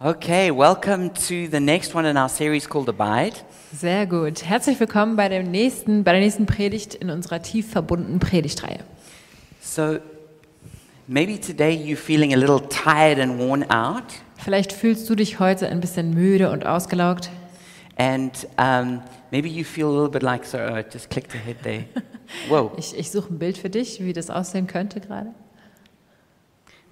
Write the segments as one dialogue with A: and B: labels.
A: Okay, welcome to the next one in our series called Abide.
B: Sehr gut. Herzlich willkommen bei, dem nächsten, bei der nächsten Predigt in unserer tief verbundenen Predigtreihe.
A: So maybe today you're feeling a little tired and worn out,
B: Vielleicht fühlst du dich heute ein bisschen müde und ausgelaugt.
A: and um, maybe you feel a little bit like, so I just clicked ahead there. Whoa.
B: Ich, ich suche ein Bild für dich, wie das aussehen könnte gerade.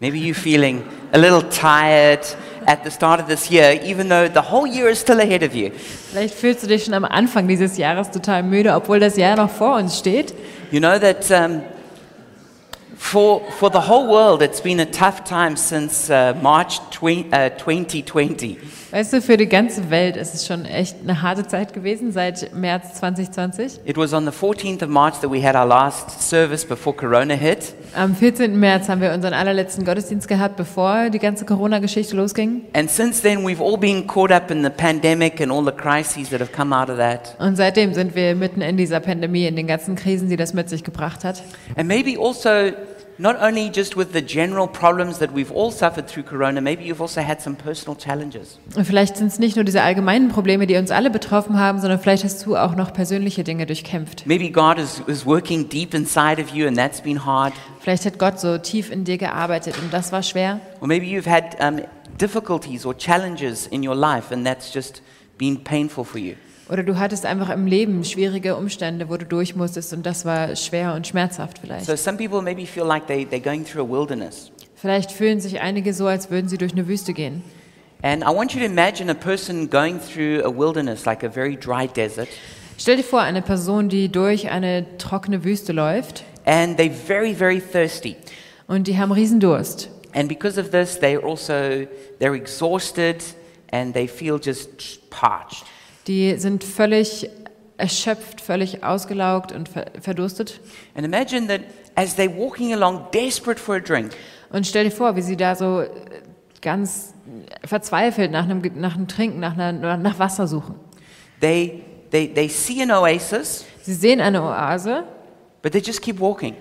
A: Maybe you're feeling a little tired at the start of this year, even though the whole year is still ahead of you.
B: Vielleicht fühlst du dich schon am Anfang dieses Jahres total müde, obwohl das Jahr noch vor uns steht.
A: You know that um, for, for the whole world, it's been a tough time since uh, March 20, uh, 2020.
B: Weißt du, für die ganze Welt ist es schon echt eine harte Zeit gewesen seit März 2020.
A: It was on the 14th of March that we had our last service before Corona hit.
B: Am 14. März haben wir unseren allerletzten Gottesdienst gehabt, bevor die ganze Corona-Geschichte losging.
A: And since then, we've all been caught up in the pandemic and all the crises that have come out of that.
B: Und seitdem sind wir mitten in dieser Pandemie, in den ganzen Krisen, die das mit sich gebracht hat.
A: And maybe also, not only just with the general problems that we've all suffered through Corona, maybe you've also had some personal challenges.
B: Und vielleicht sind es nicht nur diese allgemeinen Probleme, die uns alle betroffen haben, sondern vielleicht hast du auch noch persönliche Dinge durchkämpft.
A: Maybe God is, is working deep inside of you and that's been hard.
B: Vielleicht hat Gott so tief in dir gearbeitet und das war schwer.
A: Or maybe you've had um, difficulties or challenges in your life and that's just been painful for you.
B: Oder du hattest einfach im Leben schwierige Umstände, wo du durch musstest und das war schwer und schmerzhaft vielleicht.
A: So some people maybe feel like they, they're going through a wilderness.
B: Vielleicht fühlen sich einige so, als würden sie durch eine Wüste gehen.
A: And I want you to imagine a person going through a wilderness, like a very dry desert,
B: Stell dir vor, eine Person, die durch eine trockene Wüste läuft
A: and they're very, very thirsty.
B: und die haben Riesendurst.
A: And because of this, they're also they're exhausted and they feel just parched.
B: Die sind völlig erschöpft, völlig ausgelaugt und ver verdurstet.
A: And imagine that as they're walking along, desperate for a drink,
B: Und stell dir vor, wie sie da so äh, ganz verzweifelt nach einem, Ge- nach einem Trinken, nach, einer, nach Wasser suchen.
A: they, they, they see an oasis,
B: Sie sehen eine Oase,
A: but they just keep walking.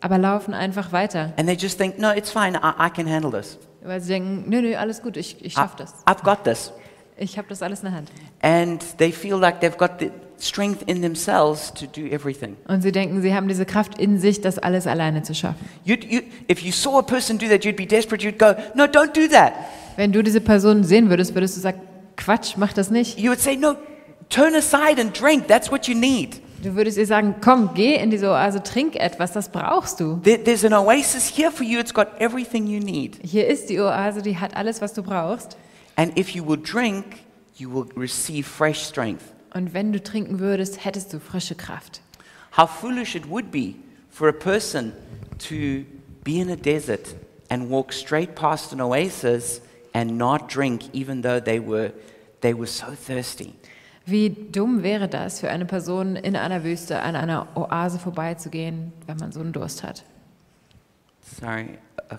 B: aber laufen einfach weiter,
A: And they just think, no, it's fine, I, I can handle this.
B: weil sie denken, nö, nö, alles gut, ich, ich
A: I,
B: schaff das.
A: I've got this.
B: Ich habe das alles in der Hand.
A: And they feel like they've got the strength in themselves to do everything.
B: Und sie denken, sie haben diese Kraft in sich, das alles alleine zu schaffen.
A: You'd, you, if you saw a person do that, you'd be desperate. You'd go, no, don't do that.
B: Wenn du diese Person sehen würdest, würdest du sagen, Quatsch, mach das nicht.
A: You would say, no, turn aside and drink. That's what you need.
B: Du würdest ihr sagen, komm, geh in diese Oase, trink etwas, das brauchst du.
A: There, there's an oasis here for you. It's got everything you need.
B: Hier ist die Oase, die hat alles, was du brauchst.
A: And if you will drink, you will receive fresh strength.
B: Und wenn du trinken würdest, hättest du frische Kraft.
A: How foolish it would be for a person to be in a desert and walk straight past an oasis and not drink, even though they were, they were so thirsty.
B: Wie dumm wäre das für eine Person in einer Wüste an einer Oase vorbeizugehen, wenn man so einen Durst hat?
A: Sorry. Uh,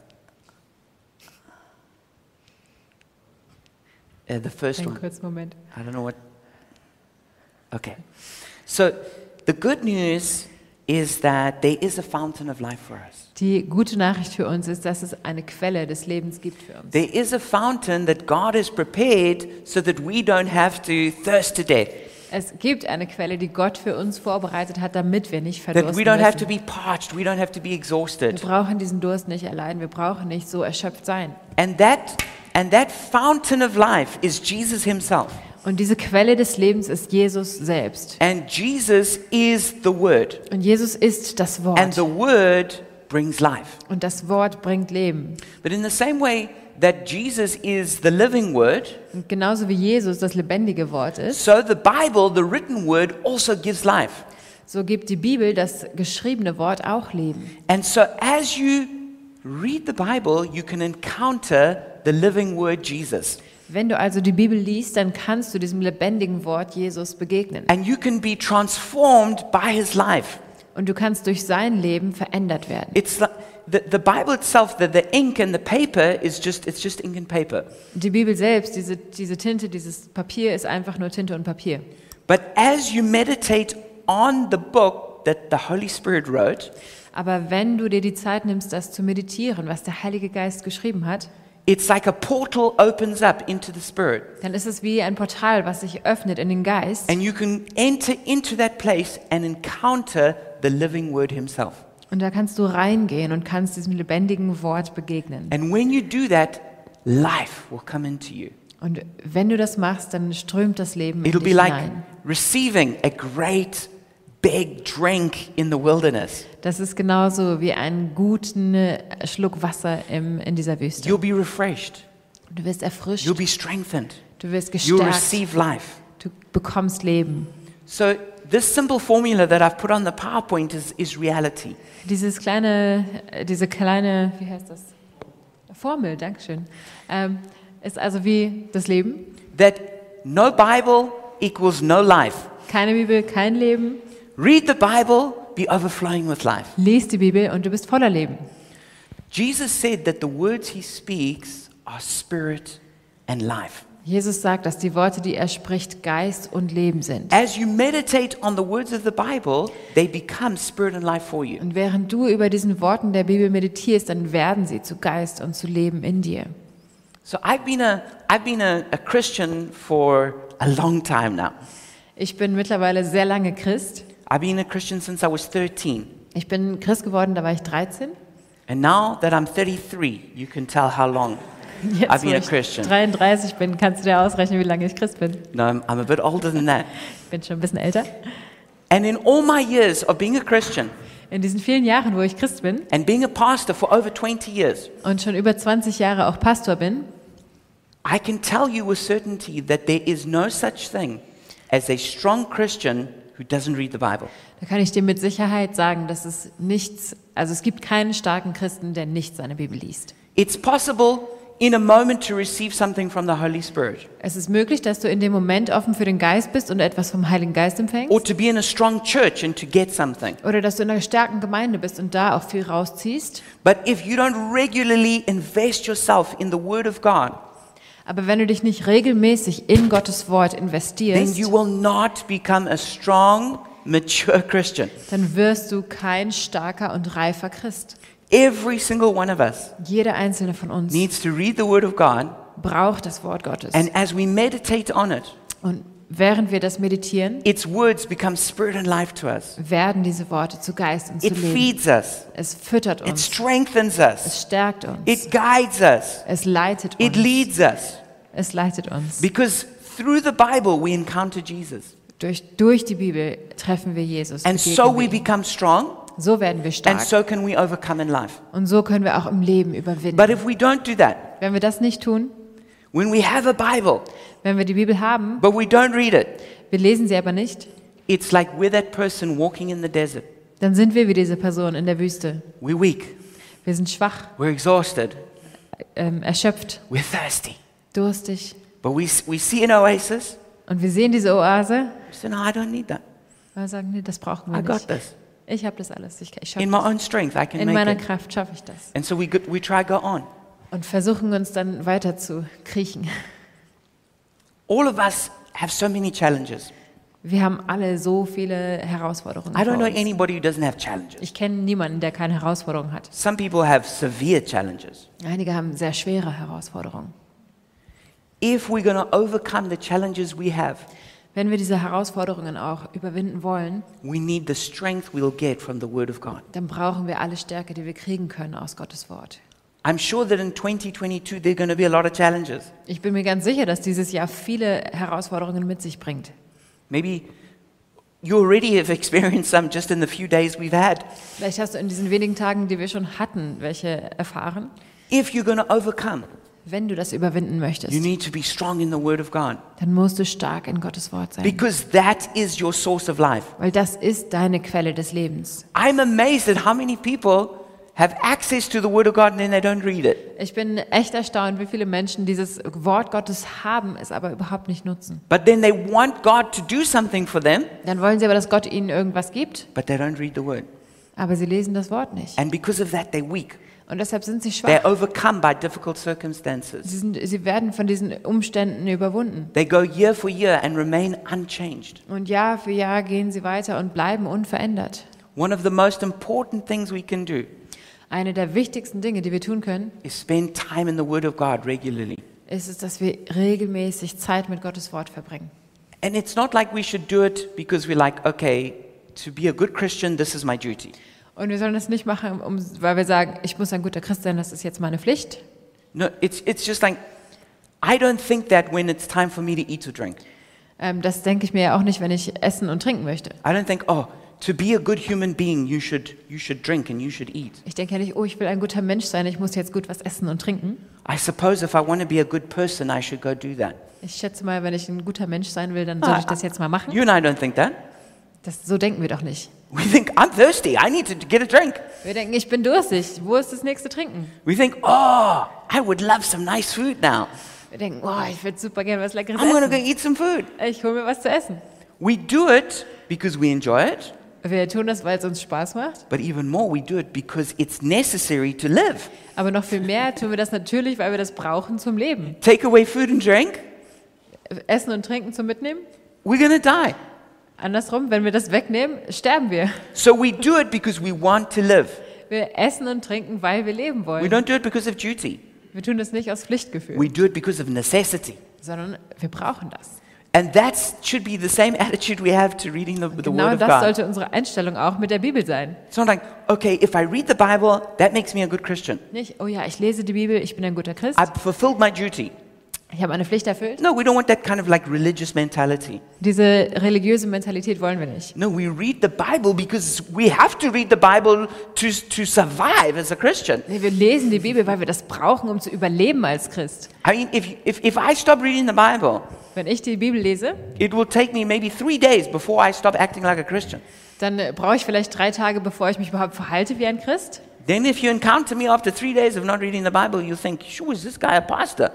A: uh, the first
B: Einen
A: one.
B: kurzen Moment.
A: I don't know what. Okay. So the good news is that there is a fountain of life for us.
B: Die gute Nachricht für uns ist, dass es eine Quelle des Lebens gibt für uns.
A: There is a fountain that God has prepared so that we don't have to thirst to death,
B: Es gibt eine Quelle, die Gott für uns vorbereitet hat, damit wir nicht
A: that
B: verdursten
A: we don't have to
B: müssen.
A: be parched, we don't have to be
B: Wir
A: exhausted.
B: brauchen diesen Durst nicht allein, wir brauchen nicht so erschöpft sein.
A: And that, and that fountain of life is Jesus Himself.
B: Und diese Quelle des Lebens ist Jesus selbst.
A: And Jesus is the Word.
B: Und Jesus ist das
A: And the
B: Wort.
A: word brings life.
B: Und das Wort bringt Leben.
A: But in the same way that Jesus is the living word,
B: Und genauso wie Jesus das lebendige Wort ist,
A: so the Bible, the written word, also gives life.
B: So gibt die Bibel das geschriebene Wort auch Leben.
A: And so as you read the Bible, you can encounter the living word Jesus.
B: Wenn du also die Bibel liest, dann kannst du diesem lebendigen Wort Jesus begegnen.
A: And you can be transformed by his life.
B: Und du kannst durch sein Leben verändert werden.
A: It's like the, the Bible itself, the, the ink and the paper is just it's just ink and paper.
B: Die Bibel selbst, diese, diese Tinte, dieses Papier ist einfach nur Tinte und Papier.
A: But as you meditate on the book that the Holy Spirit wrote,
B: Aber wenn du dir die Zeit nimmst, das zu meditieren, was der Heilige Geist geschrieben hat,
A: it's like a portal opens up into the Spirit.
B: dann ist es wie ein Portal, was sich öffnet in den Geist.
A: And you can enter into that place and encounter the living Word Himself.
B: Und da kannst du reingehen und kannst diesem lebendigen Wort begegnen.
A: And when you do that, life will come into you.
B: Und wenn du das machst, dann strömt das Leben in
A: It'll
B: dich
A: be like
B: hinein.
A: receiving a great big drink in the wilderness.
B: Das ist genauso wie einen guten äh, Schluck Wasser im, in dieser Wüste.
A: You'll be refreshed.
B: Du wirst erfrischt,
A: You'll be strengthened.
B: du wirst
A: You'll
B: gestärkt,
A: receive life.
B: du bekommst Leben.
A: So, this simple formula that I've put on the PowerPoint is, is reality.
B: Dieses kleine, äh, diese kleine, wie heißt das? Formel, Dankeschön. Ähm, ist also wie das Leben.
A: That no Bible equals no life.
B: Keine Bibel, kein Leben.
A: Read the Bible, be overflowing with life.
B: Lies die Bibel und du bist voller Leben.
A: Jesus said that the words he speaks are spirit and life.
B: Jesus sagt, dass die Worte, die er spricht, Geist und Leben sind.
A: As you meditate on the words of the Bible, they become spirit and life for you.
B: Und während du über diesen Worten der Bibel meditierst, dann werden sie zu Geist und zu Leben in dir.
A: So I've been a I've been a, a Christian for a long time now.
B: Ich bin mittlerweile sehr lange Christ.
A: I've been a Christian since I was 13.
B: Ich bin Christ geworden, da war ich 13.
A: And now that I'm 33, you can tell how long I've
B: Jetzt, wo
A: been a
B: ich
A: Christian.
B: 33 bin, kannst du dir ausrechnen, wie lange ich Christ bin.
A: No, I'm, I'm a bit older than that.
B: Ich bin schon ein bisschen älter.
A: And in all my years of being a Christian
B: In diesen vielen Jahren, wo ich Christ bin
A: and being a pastor for over 20 years,
B: und schon über 20 Jahre auch Pastor bin,
A: I can tell you with certainty that there is no such thing as a strong Christian who doesn't read the Bible.
B: da kann ich dir mit Sicherheit sagen, dass es nichts, also es gibt keinen starken Christen, der nicht seine Bibel liest.
A: It's possible in a moment to receive something from the Holy Spirit
B: Es ist möglich, dass du in dem Moment offen für den Geist bist und etwas vom Heiligen Geist empfängst.
A: or to be in a strong church and to get something.
B: Oder dass du in einer starken Gemeinde bist und da auch viel rausziehst.
A: But if you don't regularly invest yourself in the Word of God,
B: Aber wenn du dich nicht regelmäßig in Gottes Wort
A: then
B: investierst,
A: you will not become a strong, mature Christian.
B: dann wirst du kein starker und reifer Christ.
A: Every single one of us
B: Jeder einzelne von uns
A: needs to read the Word of God,
B: braucht das Wort Gottes.
A: and as we meditate on it,
B: Und während wir das meditieren,
A: its words become spirit and life to us.
B: werden diese Worte zu Geist und zu
A: It
B: Leben.
A: feeds us,
B: Es füttert
A: it
B: uns,
A: strengthens us,
B: es stärkt uns,
A: it guides us,
B: es leitet
A: it
B: uns,
A: leads us.
B: es leitet uns.
A: Because through the Bible, we encounter Jesus.
B: Durch, durch die Bibel treffen wir Jesus.
A: And
B: begegnen
A: so
B: wir
A: we
B: ihm.
A: become strong,
B: So werden wir
A: and
B: stark.
A: so can we overcome in life.
B: Und so können wir auch im Leben überwinden.
A: But if we don't do that,
B: Wenn wir das nicht tun,
A: When we have a Bible,
B: wenn wir die Bibel haben,
A: but we don't read it,
B: wir lesen sie aber nicht,
A: it's like we're that person walking in the desert.
B: dann sind wir wie diese Person in der Wüste.
A: We're weak,
B: Wir sind schwach,
A: we're exhausted,
B: ähm, erschöpft,
A: we're thirsty.
B: durstig.
A: But we, we see an oasis.
B: Und wir sehen diese Oase
A: We say, No, I don't need that.
B: und wir sagen, nee, das brauchen
A: I
B: wir
A: got
B: nicht.
A: this.
B: Ich habe das alles, ich, ich
A: Ah, In
B: schaffe
A: my
B: das.
A: own strength, I can
B: In meiner
A: make it.
B: Kraft schaffe ich das.
A: And so we, go, we try go on.
B: Und versuchen uns dann weiter zu kriechen.
A: All of us have so many challenges.
B: Wir haben alle so viele Herausforderungen.
A: I don't know
B: Vor uns.
A: anybody who doesn't have challenges.
B: Ich kenne niemanden, der keine Herausforderung hat.
A: Some people have severe challenges.
B: Einige haben sehr schwere Herausforderungen.
A: If we're going to overcome the challenges we have,
B: Wenn wir diese Herausforderungen auch überwinden wollen,
A: we need the strength we'll get from the Word of God.
B: dann brauchen wir alle Stärke, die wir kriegen können aus Gottes Wort.
A: I'm sure that in 2022 there are going to be a lot of challenges.
B: Ich bin mir ganz sicher, dass dieses Jahr viele Herausforderungen mit sich bringt.
A: Maybe you already have experienced some just in the few days we've had.
B: Vielleicht hast du in diesen wenigen Tagen, die wir schon hatten, welche erfahren.
A: If you're going to overcome,
B: Wenn du das überwinden
A: you
B: möchtest,
A: need to be strong in the Word of God
B: dann musst du stark in Gottes Wort sein,
A: because that is your source of life.
B: weil das ist deine Quelle des Lebens.
A: I'm amazed at how many people have access to the Word of God and then they don't read it.
B: Ich bin echt erstaunt, wie viele Menschen dieses Wort Gottes haben, es aber überhaupt nicht nutzen.
A: But then they want God to do something for them,
B: Dann wollen sie aber, dass Gott ihnen irgendwas gibt,
A: but they don't read the Word.
B: aber sie lesen das Wort nicht.
A: And because of that, they're weak.
B: Und deshalb sind sie schwach.
A: They're overcome by difficult circumstances.
B: Sie, sind, sie werden von diesen Umständen überwunden.
A: They go year for year and remain unchanged.
B: Und Jahr für Jahr gehen sie weiter und bleiben unverändert.
A: One of the most important things we can do
B: Eine der wichtigsten Dinge, die wir tun können,
A: is spend time in the Word of God regularly.
B: ist es, dass wir regelmäßig Zeit mit Gottes Wort verbringen.
A: And it's not like we should do it because we're like, okay, to be a good Christian, this is my duty.
B: Und wir sollen das nicht machen, um, weil wir sagen, ich muss ein guter Christ sein, das ist jetzt meine Pflicht.
A: No, it's, it's just like, I don't think that when it's time for me to eat or drink.
B: Ähm, das denke ich mir ja auch nicht, wenn ich essen und trinken möchte.
A: I don't think, oh, to be a good human being, you should, you should drink and you should eat.
B: Ich denke ja nicht, oh, ich will ein guter Mensch sein, ich muss jetzt gut was essen und trinken.
A: I suppose if I want to be a good person, I should go do that.
B: Ich schätze mal, wenn ich ein guter Mensch sein will, dann sollte ich das jetzt mal machen.
A: You and I don't think that.
B: Das, so denken wir doch nicht.
A: We think, I'm thirsty, I need to get a drink.
B: Wir denken, ich bin durstig, wo ist das nächste Trinken?
A: We think, oh, I would love some nice food now.
B: Wir denken, oh, ich würde super gerne was Leckeres
A: I'm going to
B: essen.
A: go eat some food.
B: Ich hole mir was zu essen.
A: We do it because we enjoy it,
B: Wir tun das, weil es uns Spaß macht,
A: but even more, we do it because it's necessary to live.
B: aber noch viel mehr tun wir das natürlich, weil wir das brauchen zum Leben.
A: Take away food and drink,
B: Essen und Trinken zum Mitnehmen.
A: we're going to die.
B: Andersrum, wenn wir das wegnehmen, sterben wir.
A: So we do it because we want to live.
B: Wir essen und trinken, weil wir leben
A: We
B: wollen.
A: don't do it because of duty.
B: Wir tun das nicht aus Pflichtgefühl,
A: We do it because of necessity.
B: sondern wir brauchen das.
A: And that should be the same attitude we have to reading the, the
B: Genau
A: Word of
B: das
A: God.
B: sollte unsere Einstellung auch mit der Bibel sein.
A: It's not like, okay, if I read the Bible, that makes me a good Christian.
B: Nicht, oh ja, ich lese die Bibel, ich bin ein guter Christ,
A: I fulfilled my duty.
B: ich habe meine Pflicht erfüllt.
A: No, we don't want that kind of like religious mentality.
B: Diese religiöse Mentalität wollen wir nicht.
A: No, we read the Bible because we have to read the Bible to, to survive as a Christian.
B: Nee, wir lesen die Bibel, weil wir das brauchen, um zu überleben als Christ.
A: I mean, if, if, if I stop reading the Bible,
B: Wenn ich die Bibel lese,
A: it will take me maybe three days before I stop acting like a Christian.
B: dann äh, brauche ich vielleicht drei Tage, bevor ich mich überhaupt verhalte wie ein Christ.
A: Then, if you encounter me after three days of not reading the Bible, you think, sure, is this guy a pastor?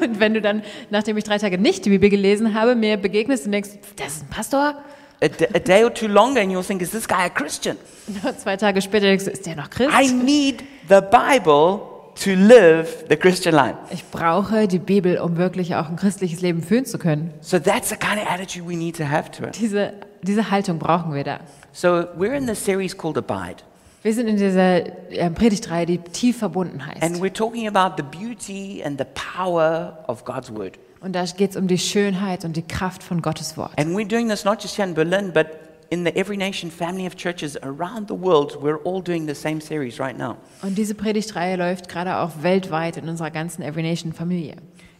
B: Und wenn du dann, nachdem ich drei Tage nicht die Bibel gelesen habe, mir begegnest und denkst, das ist ein Pastor.
A: A, d- a day or two longer, and you'll think, is this guy a Christian?
B: Und Zwei Tage später denkst du, ist der noch Christ?
A: I need the Bible to live the Christian life.
B: Ich brauche die Bibel, um wirklich auch ein christliches Leben führen zu können.
A: So that's the kind of attitude we need to have to it.
B: Diese, diese Haltung brauchen wir da.
A: So we're in this series called Abide,
B: Wir sind in dieser äh, Predigtreihe, die tief verbunden
A: and
B: heißt.
A: we're talking about the beauty and the power of God's Word.
B: Und da geht es um die Schönheit und die Kraft von Gottes Wort.
A: And we're doing this not just here in Berlin, but in the Every Nation family of churches around the world. We're all doing the same series right now.
B: Und diese Predigtreihe läuft gerade auch weltweit in unserer ganzen Every Nation Familie.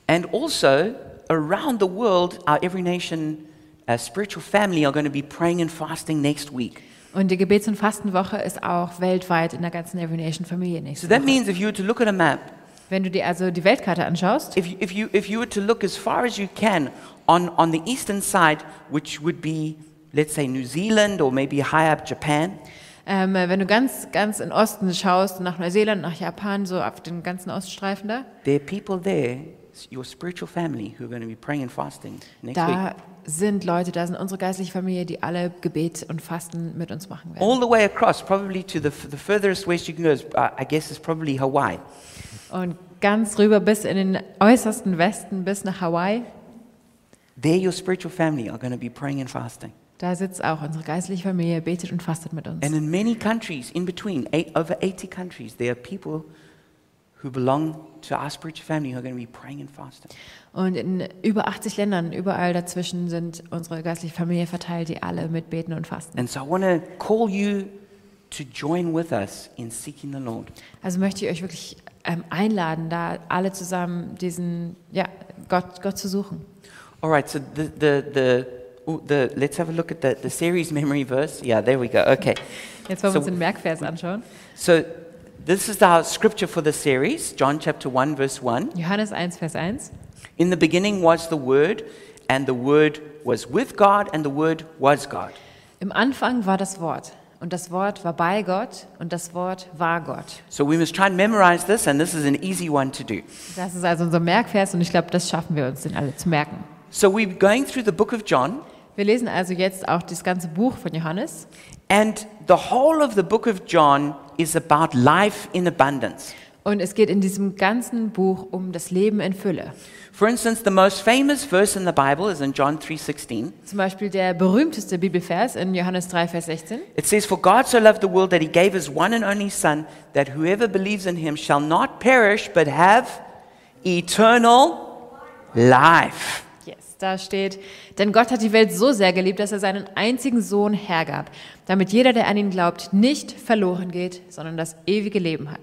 A: And also, around the world, our Every Nation uh, spiritual family are going to be praying and fasting next week.
B: Und die Gebets- und Fastenwoche ist auch weltweit in der ganzen Every Nation Familie
A: So
B: nächste
A: that
B: Woche.
A: means if you were to look at a map,
B: Wenn du dir also die Weltkarte anschaust,
A: If you, if, you, if you were to look as far as you can on, on the eastern side, which would be, let's say, New Zealand or maybe high up Japan,
B: ähm, wenn du ganz, ganz in den Osten schaust, nach Neuseeland, nach Japan, so auf den ganzen Oststreifen da,
A: there are people there, s- your spiritual family, who are going to be praying and fasting next week.
B: da sind Leute, da sind unsere geistliche Familie, die alle Gebet und Fasten mit uns machen werden.
A: All the way across, probably to the, f- the furthest west you can go, is, uh, I guess, is probably Hawaii.
B: Und ganz rüber bis in den äußersten Westen, bis nach Hawaii,
A: There, your spiritual family are going to be praying and fasting.
B: da sitzt auch unsere geistliche Familie, betet und fastet mit uns.
A: And in many countries, in between, eight, over 80 countries, there are people who belong to our spiritual family who are going to be praying and fasting.
B: Und in über 80 Ländern, überall dazwischen, sind unsere geistliche Familie verteilt, die alle mitbeten und fasten.
A: And so I want to call you to join with us in seeking the Lord.
B: Also möchte ich euch wirklich ähm, einladen, da alle zusammen diesen, ja, Gott, Gott zu suchen.
A: All right, so the, the, the, ooh, the let's have a look at the, the series memory verse. Yeah, there we go. Okay.
B: Jetzt wollen wir uns
A: So-
B: den Merkvers anschauen.
A: So this is our scripture for the series, John chapter 1, verse 1.
B: Johannes 1, Vers 1.
A: In the beginning was the Word, and the Word was with God, and the Word was God.
B: Im Anfang war das Wort. Und das Wort war bei Gott und das Wort war Gott.
A: So we must try and memorize this, and this is an easy one to do.
B: Das ist also unser Merkvers und ich glaube, das schaffen wir uns, den alle zu merken.
A: So we're going through the book of John,
B: Wir lesen also jetzt auch das ganze Buch von Johannes.
A: and the whole of the book of John is about life in abundance.
B: Und es geht in diesem ganzen Buch um das Leben in Fülle.
A: For instance, the most famous verse in the Bible is in John 3:16.
B: Zum Beispiel der berühmteste Bibelvers in Johannes 3, Vers 16.
A: It says, "For God so loved the world that he gave his one and only son that whoever believes in him shall not perish but have eternal life."
B: Yes, da steht, denn Gott hat die Welt so sehr geliebt, dass er seinen einzigen Sohn hergab, damit jeder, der an ihn glaubt, nicht verloren geht, sondern das ewige Leben hat.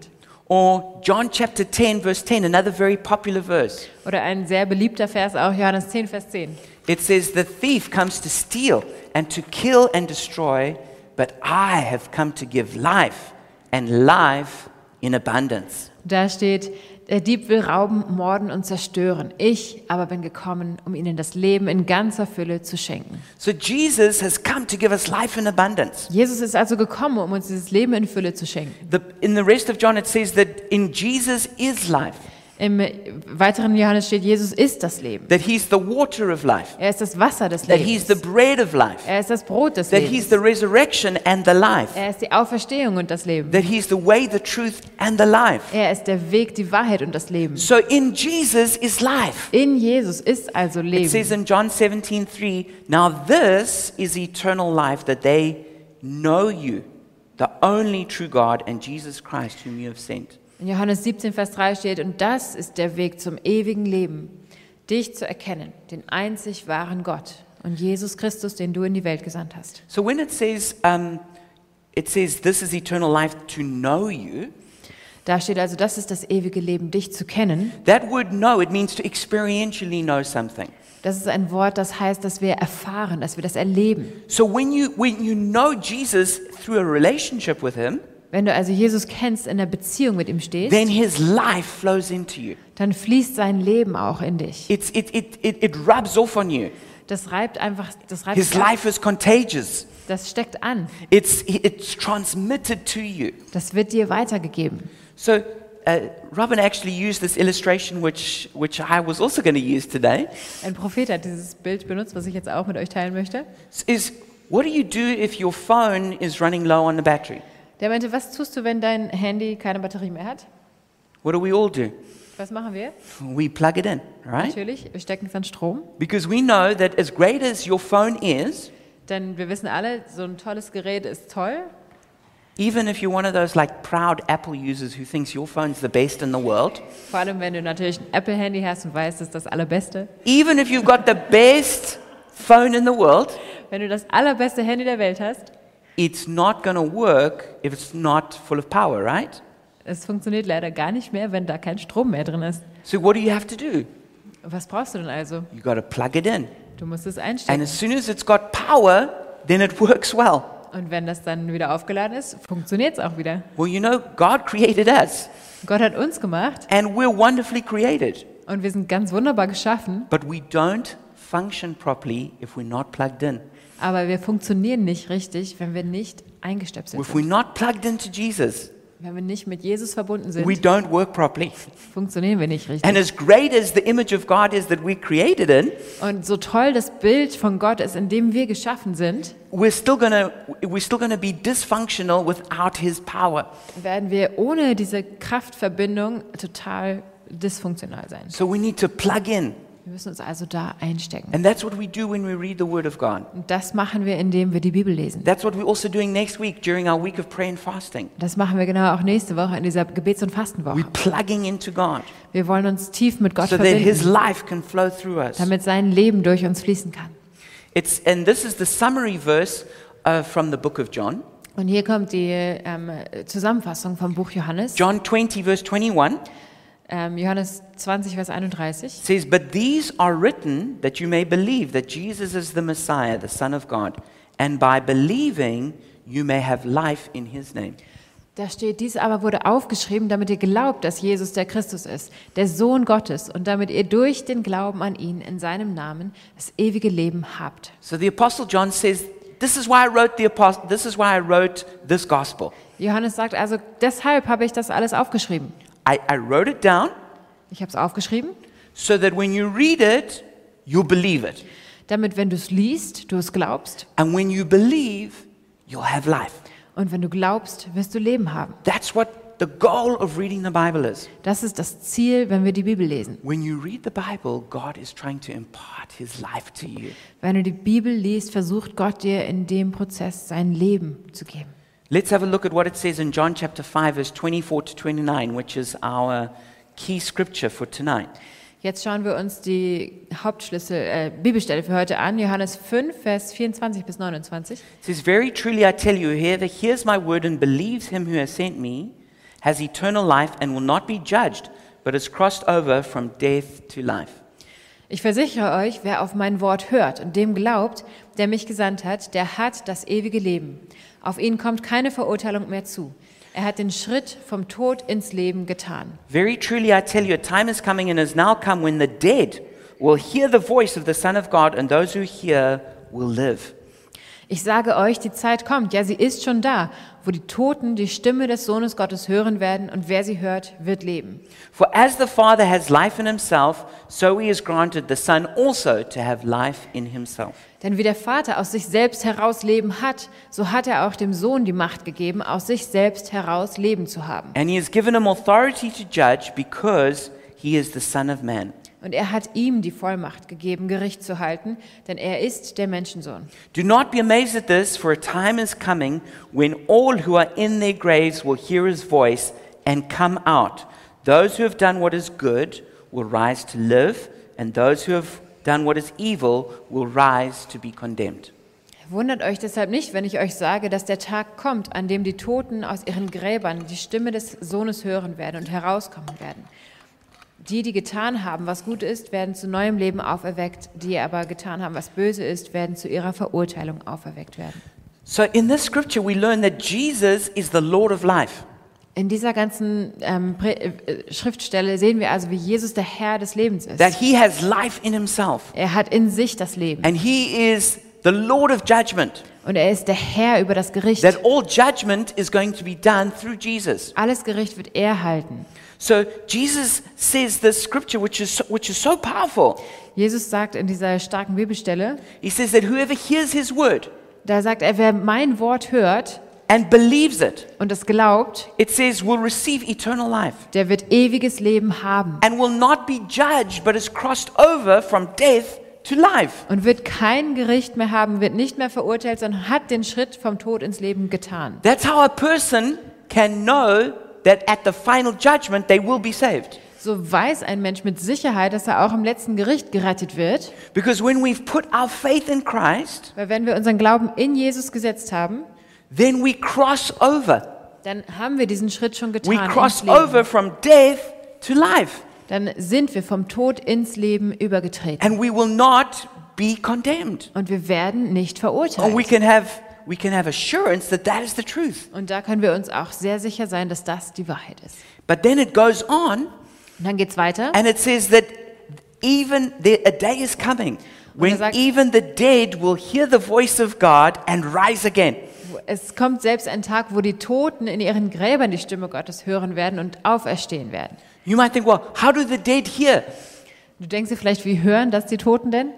A: Or John chapter 10 verse 10, another very popular verse.
B: Oder ein sehr beliebter Vers auch, Johannes 10, Vers 10.
A: It says, "The thief comes to steal and to kill and destroy, but I have come to give life and life in abundance."
B: Da steht, der Dieb will rauben, morden und zerstören. Ich aber bin gekommen, um ihnen das Leben in ganzer Fülle zu schenken.
A: So Jesus has come to give us life in abundance.
B: Jesus ist also gekommen, um uns dieses Leben in Fülle zu schenken.
A: The, in the rest of John, it says that in Jesus is life,
B: Im weiteren Johannes steht, Jesus ist das Leben.
A: that he's the water of life,
B: Er ist das Wasser des
A: that he's
B: Lebens.
A: the bread of life,
B: Er ist das Brot des
A: that he's
B: Lebens.
A: the resurrection and the life,
B: Er ist die Auferstehung und das Leben.
A: that he's the way, the truth, and the life.
B: Er ist der Weg, die Wahrheit und das Leben.
A: So in Jesus is life.
B: In Jesus ist also
A: It says
B: Leben.
A: in John 17, 3, now this is eternal life, that they know you, the only true God, and Jesus Christ, whom you have sent.
B: In Johannes 17, Vers 3 steht, und das ist der Weg zum ewigen Leben, dich zu erkennen, den einzig wahren Gott und Jesus Christus, den du in die Welt gesandt hast.
A: So when it says, um, it says, this is eternal life to know you,
B: Da steht also, das ist das ewige Leben, dich zu kennen.
A: that word know, it means to experientially know something.
B: Das ist ein Wort, das heißt, dass wir erfahren, dass wir das erleben.
A: So when you, when you know Jesus through a relationship with him,
B: Wenn du also Jesus kennst, in der Beziehung mit ihm stehst,
A: then his life flows into you.
B: dann fließt sein Leben auch in dich.
A: It's, it, it, it, it rubs off on you.
B: Das reibt einfach, das reibt,
A: His
B: dich an.
A: life is contagious.
B: das steckt an.
A: It's, it's transmitted to you.
B: Das wird dir weitergegeben.
A: So uh, Robin actually used this illustration, which, which I was also going to use today.
B: Ein Prophet hat dieses Bild benutzt, was ich jetzt auch mit euch teilen möchte.
A: Is what do you do if your phone is running low on the battery?
B: Der meinte, was tust du, wenn dein Handy keine Batterie mehr hat?
A: What do we all do?
B: Was machen wir?
A: We plug it in, right?
B: Natürlich, wir stecken es an Strom.
A: Because we know that as great as your phone is,
B: Denn wir wissen alle, so ein tolles Gerät ist toll.
A: even if you're one of those like proud Apple users who thinks your phone's the best in the world,
B: Vor allem, wenn du natürlich ein Apple-Handy hast und weißt, es ist das Allerbeste.
A: even if you've got the best phone in the world,
B: Wenn du das allerbeste Handy der Welt hast,
A: it's not going to work if it's not full of power, right?
B: es funktioniert leider gar nicht mehr, wenn da kein Strom mehr drin ist.
A: So what do you have to do?
B: Was brauchst du denn also?
A: You got to plug it in.
B: Du musst es
A: And
B: einstecken.
A: as soon as it's got power, then it works well.
B: Und wenn das dann wieder aufgeladen ist, funktioniert es auch wieder.
A: Well, you know, God created us
B: Gott hat uns gemacht
A: and we're wonderfully created,
B: und wir sind ganz wunderbar geschaffen,
A: but we don't function properly if we're not plugged in.
B: aber wir funktionieren nicht richtig, wenn wir nicht eingestöpselt
A: If
B: sind.
A: we're not plugged into Jesus,
B: Wenn wir nicht mit Jesus verbunden
A: we
B: sind,
A: don't work properly.
B: funktionieren wir nicht richtig.
A: And as great as the image of God is that we're created in,
B: Und so toll das Bild von Gott ist, in dem wir geschaffen sind,
A: we're still gonna we're still gonna be dysfunctional without His power.
B: werden wir ohne diese Kraftverbindung total dysfunktional sein.
A: So we need to plug in,
B: Wir müssen uns also da einstecken.
A: and that's what we do when we read the Word of God.
B: Und das machen wir, indem wir die Bibel lesen.
A: That's what we're also doing next week during our week of prayer and fasting.
B: Das machen wir genau auch nächste Woche in dieser Gebets- und
A: We're
B: Fastenwoche.
A: plugging into God
B: Wir wollen uns tief mit Gott
A: so that His
B: verbinden,
A: life can flow through us.
B: damit sein Leben durch uns fließen kann.
A: It's, and this is the summary verse uh, from the book of John.
B: Und hier kommt die ähm, Zusammenfassung vom Buch Johannes.
A: John 20, verse 21
B: Ähm, Johannes 20, Vers 31.
A: says, But these are written that you may believe that Jesus is the Messiah, the Son of God, and by believing you may have life in his name.
B: Da steht, dies aber wurde aufgeschrieben, damit ihr glaubt, dass Jesus der Christus ist, der Sohn Gottes, und damit ihr durch den Glauben an ihn in seinem Namen das ewige Leben habt.
A: So the Apostle John says, This is why I wrote the apostle, this is why I wrote this gospel.
B: Johannes sagt also, deshalb habe ich das alles aufgeschrieben.
A: I, I wrote it down
B: Ich habe es aufgeschrieben,
A: so that when you read it, you'll believe it.
B: damit wenn du es liest, du es glaubst,
A: And when you believe, you'll have life.
B: und wenn du glaubst, wirst du Leben haben.
A: That's what the goal of reading the Bible is.
B: Das ist das Ziel, wenn wir die Bibel lesen.
A: When you read the Bible, God is trying to impart his life to you.
B: Wenn du die Bibel liest, versucht Gott dir in dem Prozess sein Leben zu geben.
A: Let's have a look at what it says in John chapter 5, verse 24 to 29, which is our key scripture for tonight.
B: Jetzt schauen wir uns die Hauptschlüssel äh, Bibelstelle für heute an, Johannes 5 Vers 24 bis 29.
A: It says, Very truly I tell you, whoever hears my word and believes him who has sent me has eternal life and will not be judged, but is crossed over from death to life.
B: Ich versichere euch, wer auf mein Wort hört und dem glaubt, der mich gesandt hat, der hat das ewige Leben. Auf ihn kommt keine Verurteilung mehr zu. Er hat den Schritt vom Tod ins Leben getan.
A: Very truly I tell you, a time is coming and has now come when the dead will hear the voice of the Son of God, and those who hear will live.
B: Ich sage euch, die Zeit kommt, ja sie ist schon da, wo die Toten die Stimme des Sohnes Gottes hören werden und wer sie hört, wird leben.
A: For as the Father has life in himself, so he has granted the Son also to have life in himself.
B: Denn wie der Vater aus sich selbst heraus Leben hat, so hat er auch dem Sohn die Macht gegeben, aus sich selbst heraus Leben zu haben.
A: And he has given him authority to judge because he is the Son of Man.
B: Und er hat ihm die Vollmacht gegeben, Gericht zu halten, denn er ist der Menschensohn.
A: Do not be amazed at this, for a time is coming when all who are in their graves will hear his voice and come out. Those who have done what is good will rise to live, and those who have done what is evil will rise to be condemned.
B: Wundert euch deshalb nicht, wenn ich euch sage, dass der Tag kommt, an dem die Toten aus ihren Gräbern die Stimme des Sohnes hören werden und herauskommen werden. Die, die getan haben, was gut ist, werden zu neuem Leben auferweckt. Die aber getan haben, was böse ist, werden zu ihrer Verurteilung auferweckt werden.
A: So, in this scripture, we learn that Jesus is the Lord of life.
B: In dieser ganzen ähm, Prä- äh, Schriftstelle sehen wir also, wie Jesus der Herr des Lebens ist.
A: that he has life in himself
B: Er hat in sich das Leben
A: and he is the lord of judgment
B: und er ist der Herr über das Gericht.
A: that all judgment is going to be done through jesus
B: Alles Gericht wird er halten.
A: so jesus says this scripture which is so, which is so powerful
B: Jesus sagt in dieser starken Bibelstelle,
A: he says that whoever hears his word
B: da sagt er, wer mein Wort hört
A: and believes it
B: und es glaubt,
A: it says will receive eternal life
B: der wird ewiges Leben haben
A: and will not be judged but is crossed over from death to life
B: und wird kein Gericht mehr haben, wird nicht mehr verurteilt, sondern hat den Schritt vom Tod ins Leben getan.
A: that's how a person can know that at the final judgment they will be saved
B: So weiß ein Mensch mit Sicherheit, dass er auch im letzten Gericht gerettet wird,
A: because when we've put our faith in christ
B: weil wenn wir unseren Glauben in Jesus gesetzt haben,
A: then we cross over.
B: dann haben wir diesen Schritt schon
A: We
B: getan.
A: cross
B: ins Leben.
A: over from death to life,
B: Dann sind wir vom Tod ins Leben übergetreten
A: and we will not be condemned.
B: und wir werden nicht
A: Or Oh, we
B: verurteilt.
A: can have we can have assurance that that is the truth.
B: Und da können wir uns auch sehr sicher sein, dass das die Wahrheit ist.
A: But then it goes on,
B: Und dann geht's weiter.
A: and it says that even the, a day is coming when
B: sagt-
A: even the dead will hear the voice of God and rise again.
B: Es kommt selbst ein Tag, wo die Toten in ihren Gräbern die Stimme Gottes hören werden und auferstehen werden.
A: You might think, well, how do the dead hear?
B: Du denkst dir vielleicht, wie hören das die Toten denn?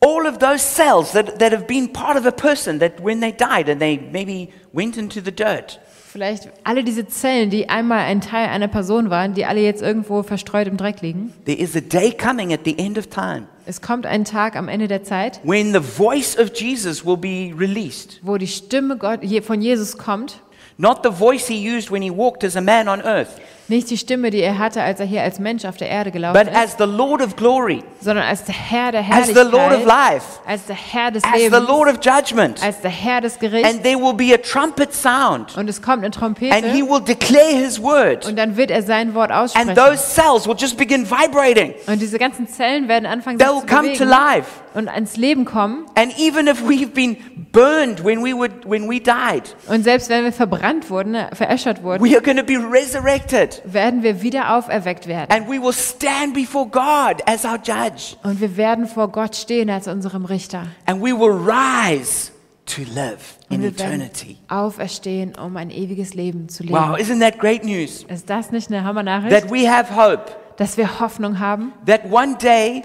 A: All of those cells that, that have been part of a person that when they died and they maybe went into the dirt,
B: Vielleicht alle diese Zellen, die einmal ein Teil einer Person waren, die alle jetzt irgendwo verstreut im Dreck liegen.
A: There is a day coming at the end of time
B: Es kommt ein Tag am Ende der Zeit,
A: when the voice of Jesus will be released.
B: wo die Stimme Gott, je- von Jesus kommt.
A: Not the voice he used when he walked as a man on earth,
B: Nicht die Stimme, die er hatte, als er hier als Mensch auf der Erde
A: but
B: gelaufen ist,
A: as the Lord of glory,
B: sondern als der Herr der
A: as the Lord of
B: Herrlichkeit,
A: life,
B: als der Herr des
A: as the Lord
B: Lebens,
A: of judgment.
B: als der Herr des Gerichts.
A: And there will be a trumpet sound,
B: Und es kommt eine
A: and he
B: Trompete
A: will declare his word,
B: und dann wird er sein Wort
A: and
B: aussprechen.
A: those cells will just begin vibrating.
B: Und diese ganzen Zellen werden anfangen, sich
A: They'll
B: zu
A: come to
B: bewegen
A: life.
B: und ans Leben kommen.
A: And even if we've been burned when we, would, when we died,
B: Und selbst wenn wir verbrannt wurden, äh, veräschert wurden,
A: we are going to be resurrected,
B: werden wir wieder auferweckt werden.
A: and we will stand before God as our judge.
B: Und wir werden vor Gott stehen als unserem Richter.
A: And we will rise to live
B: Und
A: in
B: wir werden
A: eternity.
B: auferstehen, um ein ewiges Leben zu leben.
A: Wow, isn't that great news?
B: Ist das nicht eine Hammernachricht,
A: That we have hope,
B: dass wir Hoffnung haben,
A: that one day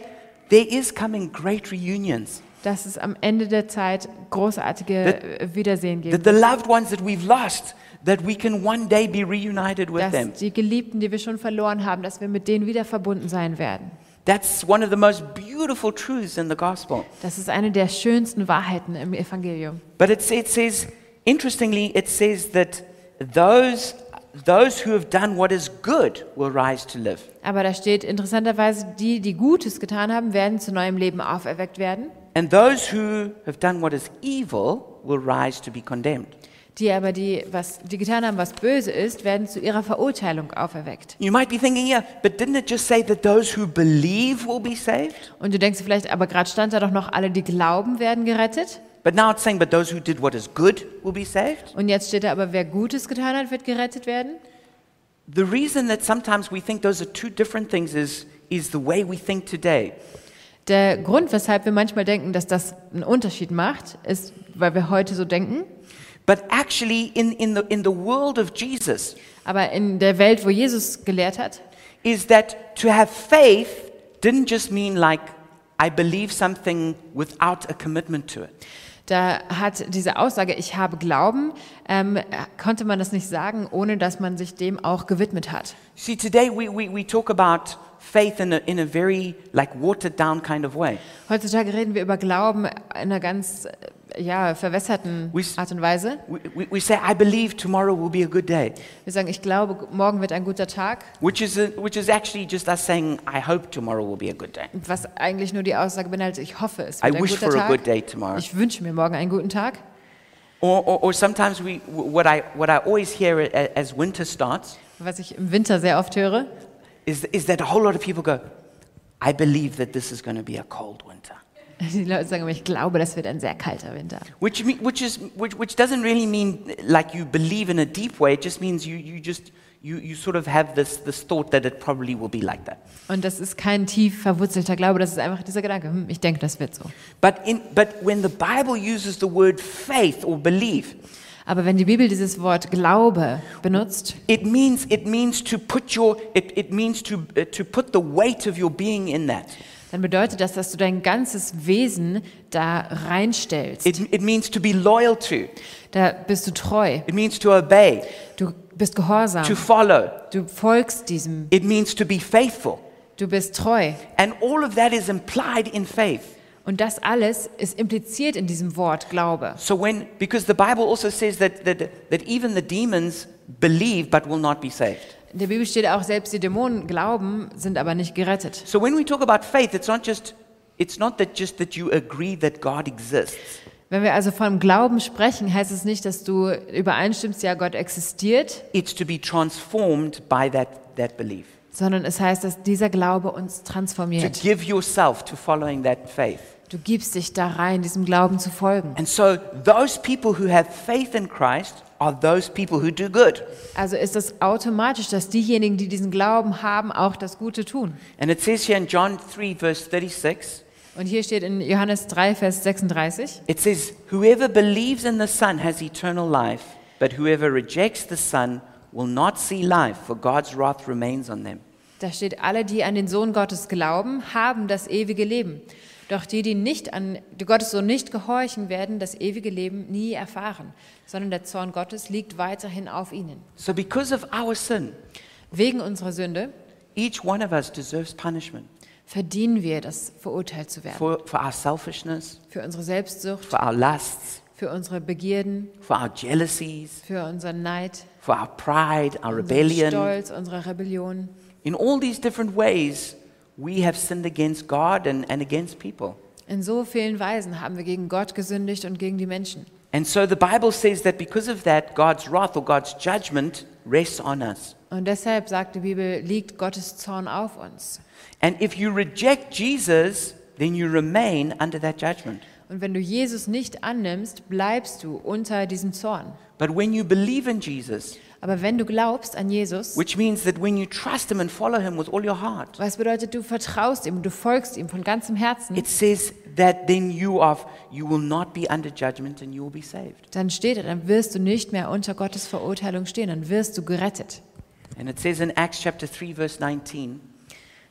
A: there is coming great reunions,
B: dass es am Ende der Zeit großartige
A: That-
B: äh, Wiedersehen
A: that
B: gibt,
A: the loved ones that we've lost, that we can one day be reunited with them.
B: dass die Geliebten, die wir schon verloren haben, dass wir mit denen wieder verbunden sein werden.
A: That's one of the most beautiful truths in the gospel.
B: Das ist eine der schönsten Wahrheiten im Evangelium.
A: But it, sa- it says, interestingly, it says that those, those who have done what is good will rise to live.
B: Aber da steht interessanterweise, die, die Gutes getan haben, werden zu neuem Leben auferweckt werden.
A: And those who have done what is evil will rise to be condemned.
B: Die aber, die, was, die getan haben, was böse ist, werden zu ihrer Verurteilung auferweckt.
A: You might be thinking, yeah, but didn't it just say that those who believe will be saved?
B: Und du denkst dir vielleicht, aber gerade stand da doch noch, alle, die glauben, werden gerettet.
A: But now it's saying, but those who did what is good will be saved?
B: Und jetzt steht da aber, wer Gutes getan hat, wird gerettet werden.
A: The reason that sometimes we think those are two different things is, is the way we think today.
B: Der Grund, weshalb wir manchmal denken, dass das einen Unterschied macht, ist, weil wir heute so denken.
A: But actually, in, in, the, in the world of Jesus,
B: Aber in der Welt, wo Jesus gelehrt hat,
A: is that to have faith didn't just mean like, I believe something without a commitment to it.
B: da hat diese Aussage, ich habe Glauben, ähm, konnte man das nicht sagen, ohne dass man sich dem auch gewidmet hat.
A: See, today we, we, we talk about faith in a, in a very like watered down kind of way.
B: Heutzutage reden wir über Glauben in einer ganz äh, ja, verwässerten
A: We s-
B: Art und Weise.
A: We, we, we say, I believe tomorrow will be a good day,
B: Wir sagen, ich glaube, morgen wird ein guter Tag,
A: which is, a, which is actually just us saying, I hope tomorrow will be a good day.
B: was eigentlich nur die Aussage beinhaltet, ich hoffe, es
A: I
B: wird ein
A: wish
B: guter
A: for a good
B: Tag.
A: day tomorrow.
B: Ich wünsche mir morgen einen guten Tag.
A: Or, or, or sometimes we, what, I, what I always hear a- a- as winter starts
B: Was ich im Winter sehr oft höre,
A: is, is that a whole lot of people go, I believe that this is going to be a cold winter.
B: die Leute sagen immer, ich glaube, das wird ein sehr kalter Winter.
A: Which, me- which, is, which, which doesn't really mean like you believe in a deep way. It just means you, you just you, you sort of have this, this thought that it probably will be like that.
B: Und das ist kein tief verwurzelter Glaube, das ist einfach dieser Gedanke, hm, ich denke, das wird so.
A: But, in, but when the Bible uses the word faith or believe,
B: Aber wenn die Bibel dieses Wort Glaube benutzt,
A: it means, it means to put your it, it means to, uh, to put the weight of your being in that.
B: dann bedeutet das, dass du dein ganzes Wesen da reinstellst.
A: It, it means to be loyal to.
B: Da bist du treu,
A: It means to obey,
B: du bist gehorsam,
A: to follow.
B: du folgst diesem,
A: It means to be faithful.
B: du bist treu.
A: And all of that is implied in faith.
B: Und das alles ist impliziert in diesem Wort Glaube.
A: So when, because the Bible also says that, that, that even the demons believe but will not be saved.
B: In der Bibel steht auch, selbst die Dämonen glauben, sind aber nicht gerettet.
A: So when we talk about faith, it's not just, it's not that just that you agree that God exists.
B: Wenn wir also von Glauben sprechen, heißt es nicht, dass du übereinstimmst, ja, Gott existiert,
A: It's to be transformed by that, that belief.
B: sondern es heißt, dass dieser Glaube uns
A: To
B: transformiert.
A: give yourself to following that faith.
B: Du gibst dich da rein, diesem Glauben zu folgen.
A: And so those people who have faith in Christ are those people who do good.
B: Also ist es automatisch, dass diejenigen, die diesen Glauben haben, auch das Gute tun.
A: And it says here in John 3, verse 36,
B: Und hier steht in Johannes 3, Vers 36,
A: It says, Whoever believes in the Son has eternal life, but whoever rejects the Son will not see life, for God's wrath remains on them.
B: da steht, alle, die an den Sohn Gottes glauben, haben das ewige Leben. Doch die, die nicht an die Gottes Sohn nicht gehorchen, werden das ewige Leben nie erfahren, sondern der Zorn Gottes liegt weiterhin auf ihnen.
A: So, because of our sin,
B: Wegen unserer Sünde
A: each one of us deserves punishment
B: verdienen wir das, verurteilt zu werden.
A: for, for our selfishness,
B: Für unsere Selbstsucht,
A: for our lusts,
B: für unsere Begierden,
A: for our jealousies,
B: für unseren Neid,
A: for our pride, our
B: unseren
A: rebellion.
B: Stolz, unsere Rebellion.
A: In all these different ways, we have sinned against God and, and against people.
B: In so vielen Weisen haben wir gegen Gott gesündigt und gegen die Menschen.
A: And so the Bible says that because of that, God's wrath or God's judgment rests on us.
B: Und deshalb sagt die Bibel, liegt Gottes Zorn auf uns.
A: And if you reject Jesus, then you remain under that judgment.
B: Und wenn du Jesus nicht annimmst, bleibst du unter diesem Zorn.
A: But when you believe in Jesus,
B: Aber wenn du glaubst an Jesus,
A: which means that when you trust him and follow him with all your heart,
B: was bedeutet, du vertraust ihm, du folgst ihm von ganzem Herzen,
A: it says that then you are you will not be under judgment and you will be saved.
B: dann steht er, dann wirst du nicht mehr unter Gottes Verurteilung stehen, dann wirst du gerettet.
A: And it says in Acts chapter 3 verse 19,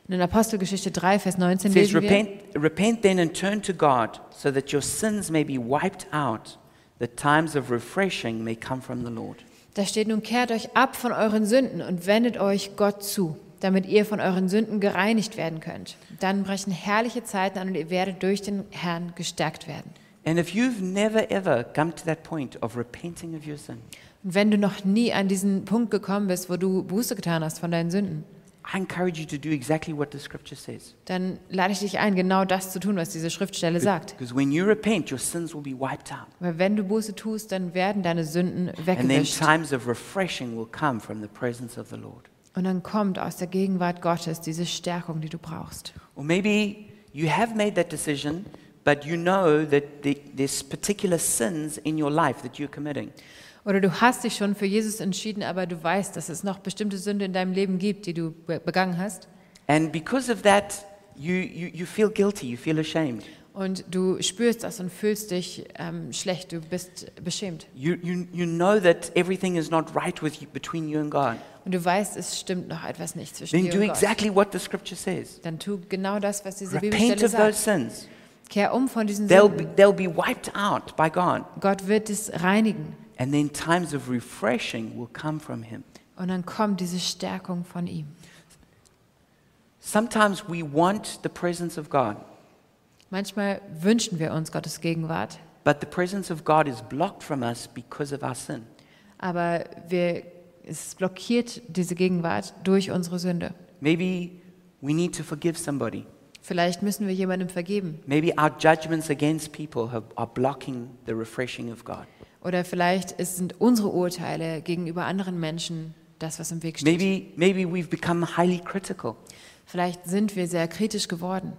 B: Und in Apostelgeschichte 3, Vers 19
A: it says
B: lesen wir,
A: repent repent then and turn to God so that your sins may be wiped out, that times of refreshing may come from the Lord.
B: Da steht nun, kehrt euch ab von euren Sünden und wendet euch Gott zu, damit ihr von euren Sünden gereinigt werden könnt. Dann brechen herrliche Zeiten an und ihr werdet durch den Herrn gestärkt werden.
A: And if you've never ever come to that point of repenting of your sin,
B: Und wenn du noch nie an diesen Punkt gekommen bist, wo du Buße getan hast von deinen Sünden,
A: I encourage you to do exactly what the scripture says.
B: dann lade ich dich ein, genau das zu tun, was diese Schriftstelle sagt.
A: Because when you repent, your sins will be wiped out.
B: Weil wenn du Buße tust, dann werden deine Sünden
A: And then
B: weggewischt.
A: times of refreshing will come from the presence of the Lord.
B: Und dann kommt aus der Gegenwart Gottes diese Stärkung, die du brauchst.
A: Or maybe you have made that decision, but you know that the, there's particular sins in your life that you're committing.
B: Oder du hast dich schon für Jesus entschieden, aber du weißt, dass es noch bestimmte Sünde in deinem Leben gibt, die du be- begangen hast.
A: And because of that, you, you, you feel guilty, you feel ashamed.
B: Und du spürst das und fühlst dich ähm, schlecht, du bist beschämt.
A: You, you, you know that everything is not right with you, between you and God.
B: Und du weißt, es stimmt noch etwas nicht zwischen
A: Then
B: dir
A: do
B: und Gott.
A: exactly what the scripture says.
B: Dann tu genau das, was diese
A: Repent
B: Bibelstelle
A: of those
B: sagt.
A: sins.
B: Kehr um von diesen
A: They'll be,
B: Sünden.
A: they'll be wiped out by God.
B: Gott wird es reinigen.
A: And then times of refreshing will come from Him.
B: Und dann kommt diese Stärkung von ihm.
A: Sometimes we want the presence of God,
B: Manchmal wünschen wir uns Gottes Gegenwart,
A: but the presence of God is blocked from us because of our sin.
B: aber wir, es blockiert diese Gegenwart durch unsere Sünde.
A: Maybe we need to forgive somebody.
B: Vielleicht müssen wir jemandem vergeben
A: Maybe our judgments against people have, are blocking the refreshing of God.
B: oder vielleicht es sind unsere Urteile gegenüber anderen Menschen das, was im Weg steht.
A: Maybe, maybe we've become highly critical.
B: Vielleicht sind wir sehr kritisch geworden.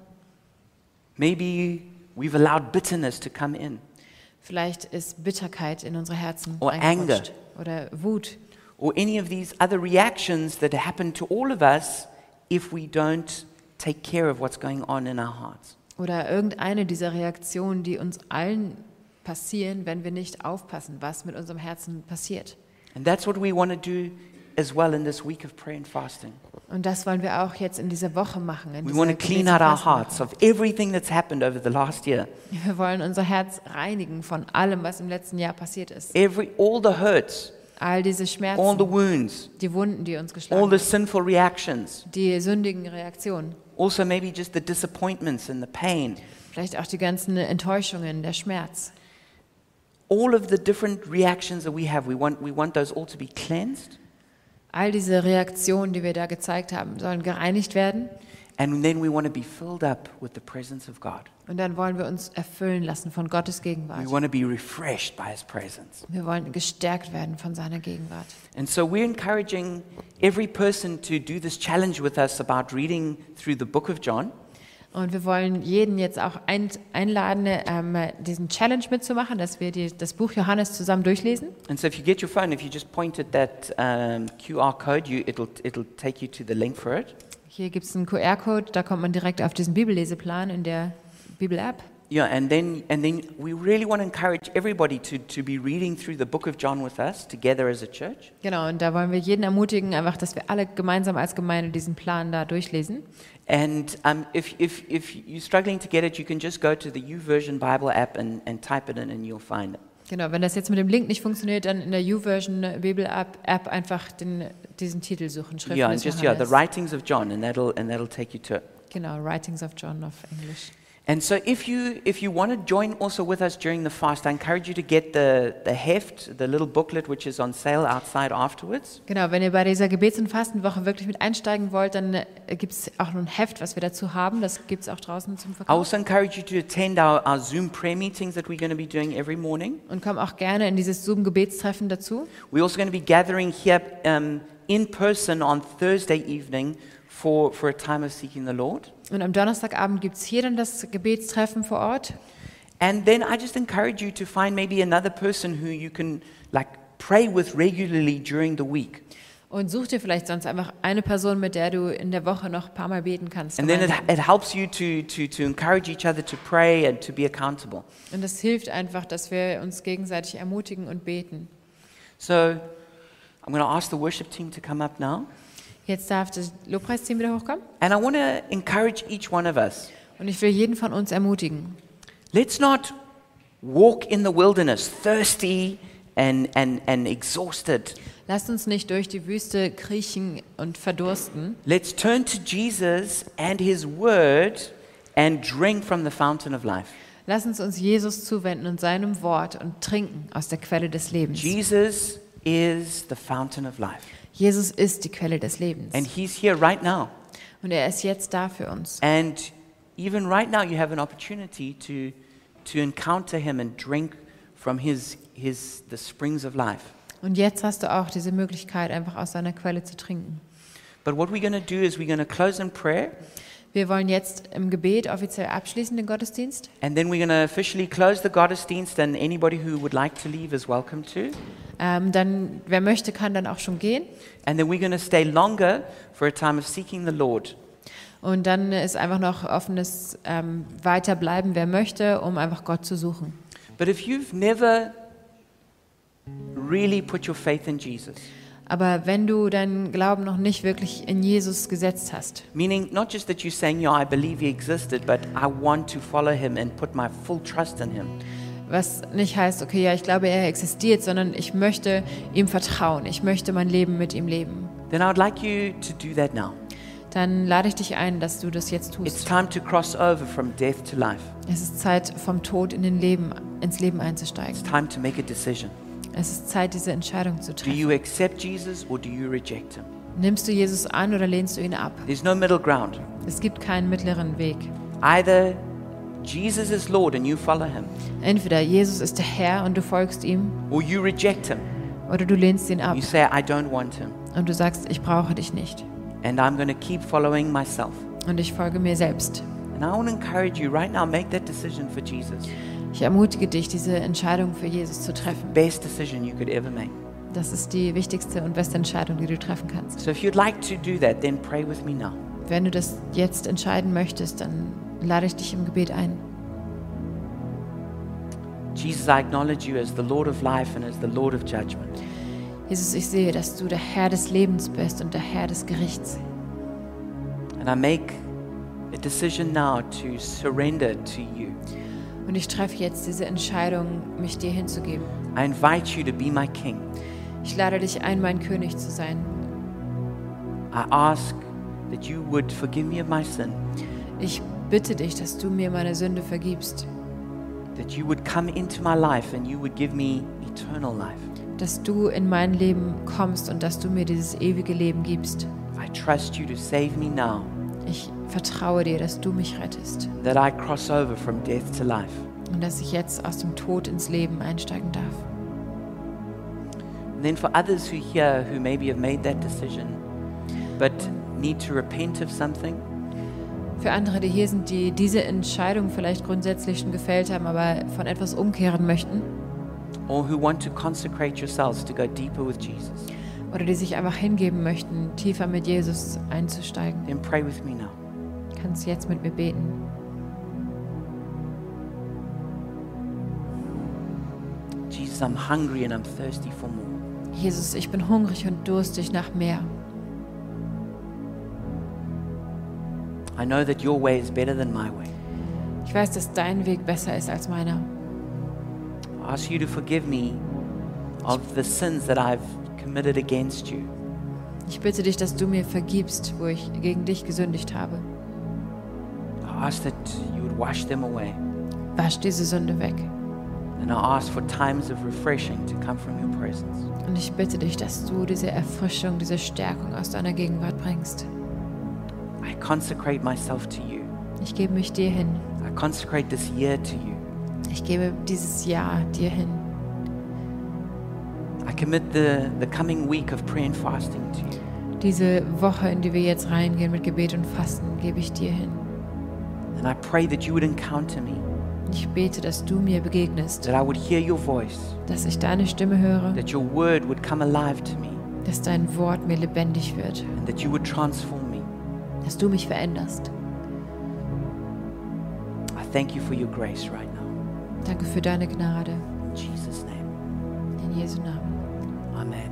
A: Maybe we've allowed bitterness to come in,
B: Vielleicht ist Bitterkeit in unsere Herzen
A: Or
B: eingerutscht oder Wut
A: or any of these other reactions that happen to all of us if we don't take care of what's going on in our hearts.
B: oder irgendeine dieser Reaktionen, die uns allen passieren, wenn wir nicht aufpassen, was mit unserem Herzen passiert.
A: And that's what we want to do as well in this week of prayer and fasting.
B: Und das wollen wir auch jetzt in dieser Woche machen. In
A: We
B: dieser
A: want to clean out our hearts of everything that's happened over the last year.
B: Wir wollen unser Herz reinigen von allem, was im letzten Jahr passiert ist.
A: Every, all the hurts,
B: All diese
A: all the
B: Schmerzen,
A: wounds,
B: die Wunden, die uns
A: all
B: geschlagen
A: the
B: haben,
A: sinful reactions,
B: die sündigen Reaktionen,
A: also maybe just the disappointments and the pain,
B: vielleicht auch die ganzen Enttäuschungen, der Schmerz.
A: all of the different reactions that we have. We want, we want those all to be cleansed.
B: All diese Reaktionen, die wir da gezeigt haben, sollen gereinigt werden.
A: And then we want to be filled up with the presence of God.
B: Und dann wollen wir uns erfüllen lassen von Gottes
A: We
B: Gegenwart.
A: want to be refreshed by His presence.
B: Wir wollen gestärkt werden von seiner Gegenwart.
A: And so we're encouraging every person to do this challenge with us about reading through the book of John.
B: Und wir wollen jeden jetzt auch ein, einladen, ähm, diesen Challenge mitzumachen, dass wir die, das Buch Johannes zusammen durchlesen.
A: And so if you get your phone, if you just point at that um, QR code, you, it'll, it'll take you to the link for it.
B: Hier gibt es einen QR-Code, da kommt man direkt auf diesen Bibelleseplan in der Bibel-App.
A: Yeah, and then, and then we really want to encourage everybody to, to be reading through the book of John with us together as a church.
B: Genau, und da wollen wir jeden ermutigen, einfach, dass wir alle gemeinsam als Gemeinde diesen Plan da durchlesen.
A: And um, if, if, if you're struggling to get it, you can just go to the YouVersion Bible app and, and type it in and you'll find it.
B: Genau, wenn das jetzt mit dem Link nicht funktioniert, dann in der YouVersion Bibel-App App einfach den, diesen Titel suchen, Schriften
A: yeah, and
B: des
A: just, yeah, the
B: Johannes.
A: writings of John, and that'll, and that'll take you to it.
B: Genau, Writings of John auf Englisch.
A: And so if you, if you want to join also with us during the fast, I encourage you to get the, the heft, the little booklet, which is on sale outside afterwards.
B: Genau, wenn ihr bei dieser Gebets- und Fastenwoche wirklich mit einsteigen wollt, dann gibt es auch noch ein Heft, was wir dazu haben. Das gibt es auch draußen zum
A: I
B: Verkauf.
A: also encourage you to attend our, our Zoom prayer meetings that we're going to be doing every morning.
B: Und kommt auch gerne in dieses Zoom-Gebetstreffen dazu.
A: We're also going to be gathering here um, in person on Thursday evening for, for a time of seeking the Lord.
B: Und am Donnerstagabend gibt es hier dann das Gebetstreffen vor Ort.
A: And then I just encourage you to find maybe another person who you can like pray with regularly during the week.
B: Und such dir vielleicht sonst einfach eine Person, mit der du in der Woche noch ein paar Mal beten kannst.
A: And then it,
B: gemeinsam.
A: it helps you to, to, to encourage each other to pray and to be accountable.
B: Und das hilft einfach, dass wir uns gegenseitig ermutigen und beten.
A: So I'm going to ask the worship team to come up now.
B: Jetzt darf das Lobpreisteam wieder hochkommen.
A: And I want to encourage each one of us.
B: Und ich will jeden von uns ermutigen.
A: Let's not walk in the wilderness thirsty and, and, and exhausted.
B: Lasst uns nicht durch die Wüste kriechen und verdursten.
A: Let's turn to Jesus and his word and drink from the fountain of life.
B: Lasst uns uns Jesus zuwenden und seinem Wort und trinken aus der Quelle des Lebens.
A: Jesus is the fountain of life.
B: Jesus ist die Quelle des Lebens.
A: And he's here right now.
B: Und er ist jetzt da für uns.
A: And even right now, you have an opportunity to, to encounter him and drink from his, his, the springs of life.
B: Und jetzt hast du auch diese Möglichkeit, einfach aus seiner Quelle zu trinken.
A: But what we're going to do is we're going to close in prayer,
B: Wir wollen jetzt im Gebet offiziell abschließen den Gottesdienst.
A: and then we're going to officially close the Gottesdienst, and anybody who would like to leave is welcome to.
B: Ähm, dann, wer möchte, kann dann auch schon gehen.
A: And then we're going to stay longer for a time of seeking the Lord.
B: Und dann ist einfach noch offenes ähm, Weiterbleiben, wer möchte, um einfach Gott zu suchen.
A: But if you've never really put your faith in Jesus,
B: Aber wenn du deinen Glauben noch nicht wirklich in Jesus gesetzt hast,
A: meaning not just that you're saying, yeah, I believe he existed, but I want to follow him and put my full trust in him,
B: was nicht heißt, okay, ja, ich glaube, er existiert, sondern ich möchte ihm vertrauen, ich möchte mein Leben mit ihm leben,
A: then I would like you to do that now.
B: dann lade ich dich ein, dass du das jetzt
A: It's
B: tust.
A: time to cross over from death to life.
B: Es ist Zeit, vom Tod in den Leben, ins Leben
A: It's
B: einzusteigen.
A: time to make a decision.
B: Es ist Zeit, diese Entscheidung zu
A: Do
B: treffen.
A: you accept Jesus or do you reject him?
B: Nimmst du Jesus an oder lehnst du ihn ab?
A: There's no middle ground.
B: Es gibt keinen mittleren Weg.
A: Either Jesus is Lord and you follow him,
B: Entweder Jesus ist der Herr und du folgst ihm,
A: or you reject him.
B: oder du lehnst ihn ab
A: You say, I don't want him,
B: und du sagst, ich brauche dich nicht
A: and I'm going to keep following myself.
B: und ich folge mir selbst.
A: And I want to encourage you right now make that decision for Jesus.
B: Ich ermutige dich, diese Entscheidung für Jesus zu treffen.
A: Best decision you could ever make.
B: Das ist die wichtigste und beste Entscheidung, die du treffen kannst.
A: So if you'd like to do that, then pray with me now.
B: Wenn du das jetzt entscheiden möchtest, dann lade ich dich im Gebet ein.
A: Jesus, I acknowledge you as the Lord of life and as the Lord of judgment.
B: Jesus, ich sehe, dass du der Herr des Lebens bist und der Herr des Gerichts.
A: And I make a decision now to surrender to you.
B: Und ich treffe jetzt diese Entscheidung, mich dir hinzugeben.
A: I invite you to be my king.
B: Ich lade dich ein, mein König zu sein.
A: I ask that you would forgive me of my sin,
B: Ich bitte dich, dass du mir meine Sünde vergibst,
A: that you would come into my life and you would give me eternal life.
B: dass du in mein Leben kommst und dass du mir dieses ewige Leben gibst.
A: I trust you to save me now,
B: Ich vertraue dir, dass du mich rettest
A: that I cross over from death to life.
B: und dass ich jetzt aus dem Tod ins Leben einsteigen darf.
A: And then for others who here who maybe have made that decision but need to repent of something,
B: Für andere, die hier sind, die diese Entscheidung vielleicht grundsätzlich schon gefällt haben, aber von etwas umkehren möchten
A: or who want to consecrate yourselves to go deeper with Jesus,
B: oder die sich einfach hingeben möchten, tiefer mit Jesus einzusteigen,
A: then pray with me now.
B: kannst jetzt mit mir beten.
A: Jesus, I'm hungry and I'm thirsty for more.
B: Jesus, ich bin hungrig und durstig nach mehr.
A: I know that your way is better than my way.
B: Ich weiß, dass dein Weg besser ist als meiner.
A: I ask you to forgive me of the sins that I've committed against you.
B: Ich bitte dich, dass du mir vergibst, wo ich gegen dich gesündigt habe.
A: I ask that you would wash them away.
B: Wasch diese Sünde weg.
A: And I ask for times of refreshing to come from your presence.
B: Und ich bitte dich, dass du diese Erfrischung, diese Stärkung aus deiner Gegenwart bringst.
A: I consecrate myself to you.
B: Ich gebe mich dir hin.
A: I consecrate this year to you.
B: Ich gebe dieses Jahr dir hin.
A: I commit the, the coming week of prayer and fasting to you.
B: Diese Woche, in die wir jetzt reingehen mit Gebet und Fasten, gebe ich dir hin.
A: And I pray that you would encounter me,
B: Ich bete, dass du mir begegnest,
A: that I would hear your voice,
B: dass ich deine Stimme höre,
A: that your word would come alive to me,
B: dass dein Wort mir lebendig wird,
A: and that you would transform me.
B: dass du mich veränderst.
A: I thank you for your grace right now.
B: Danke für deine Gnade.
A: In Jesus' name,
B: In Jesu Namen.
A: amen.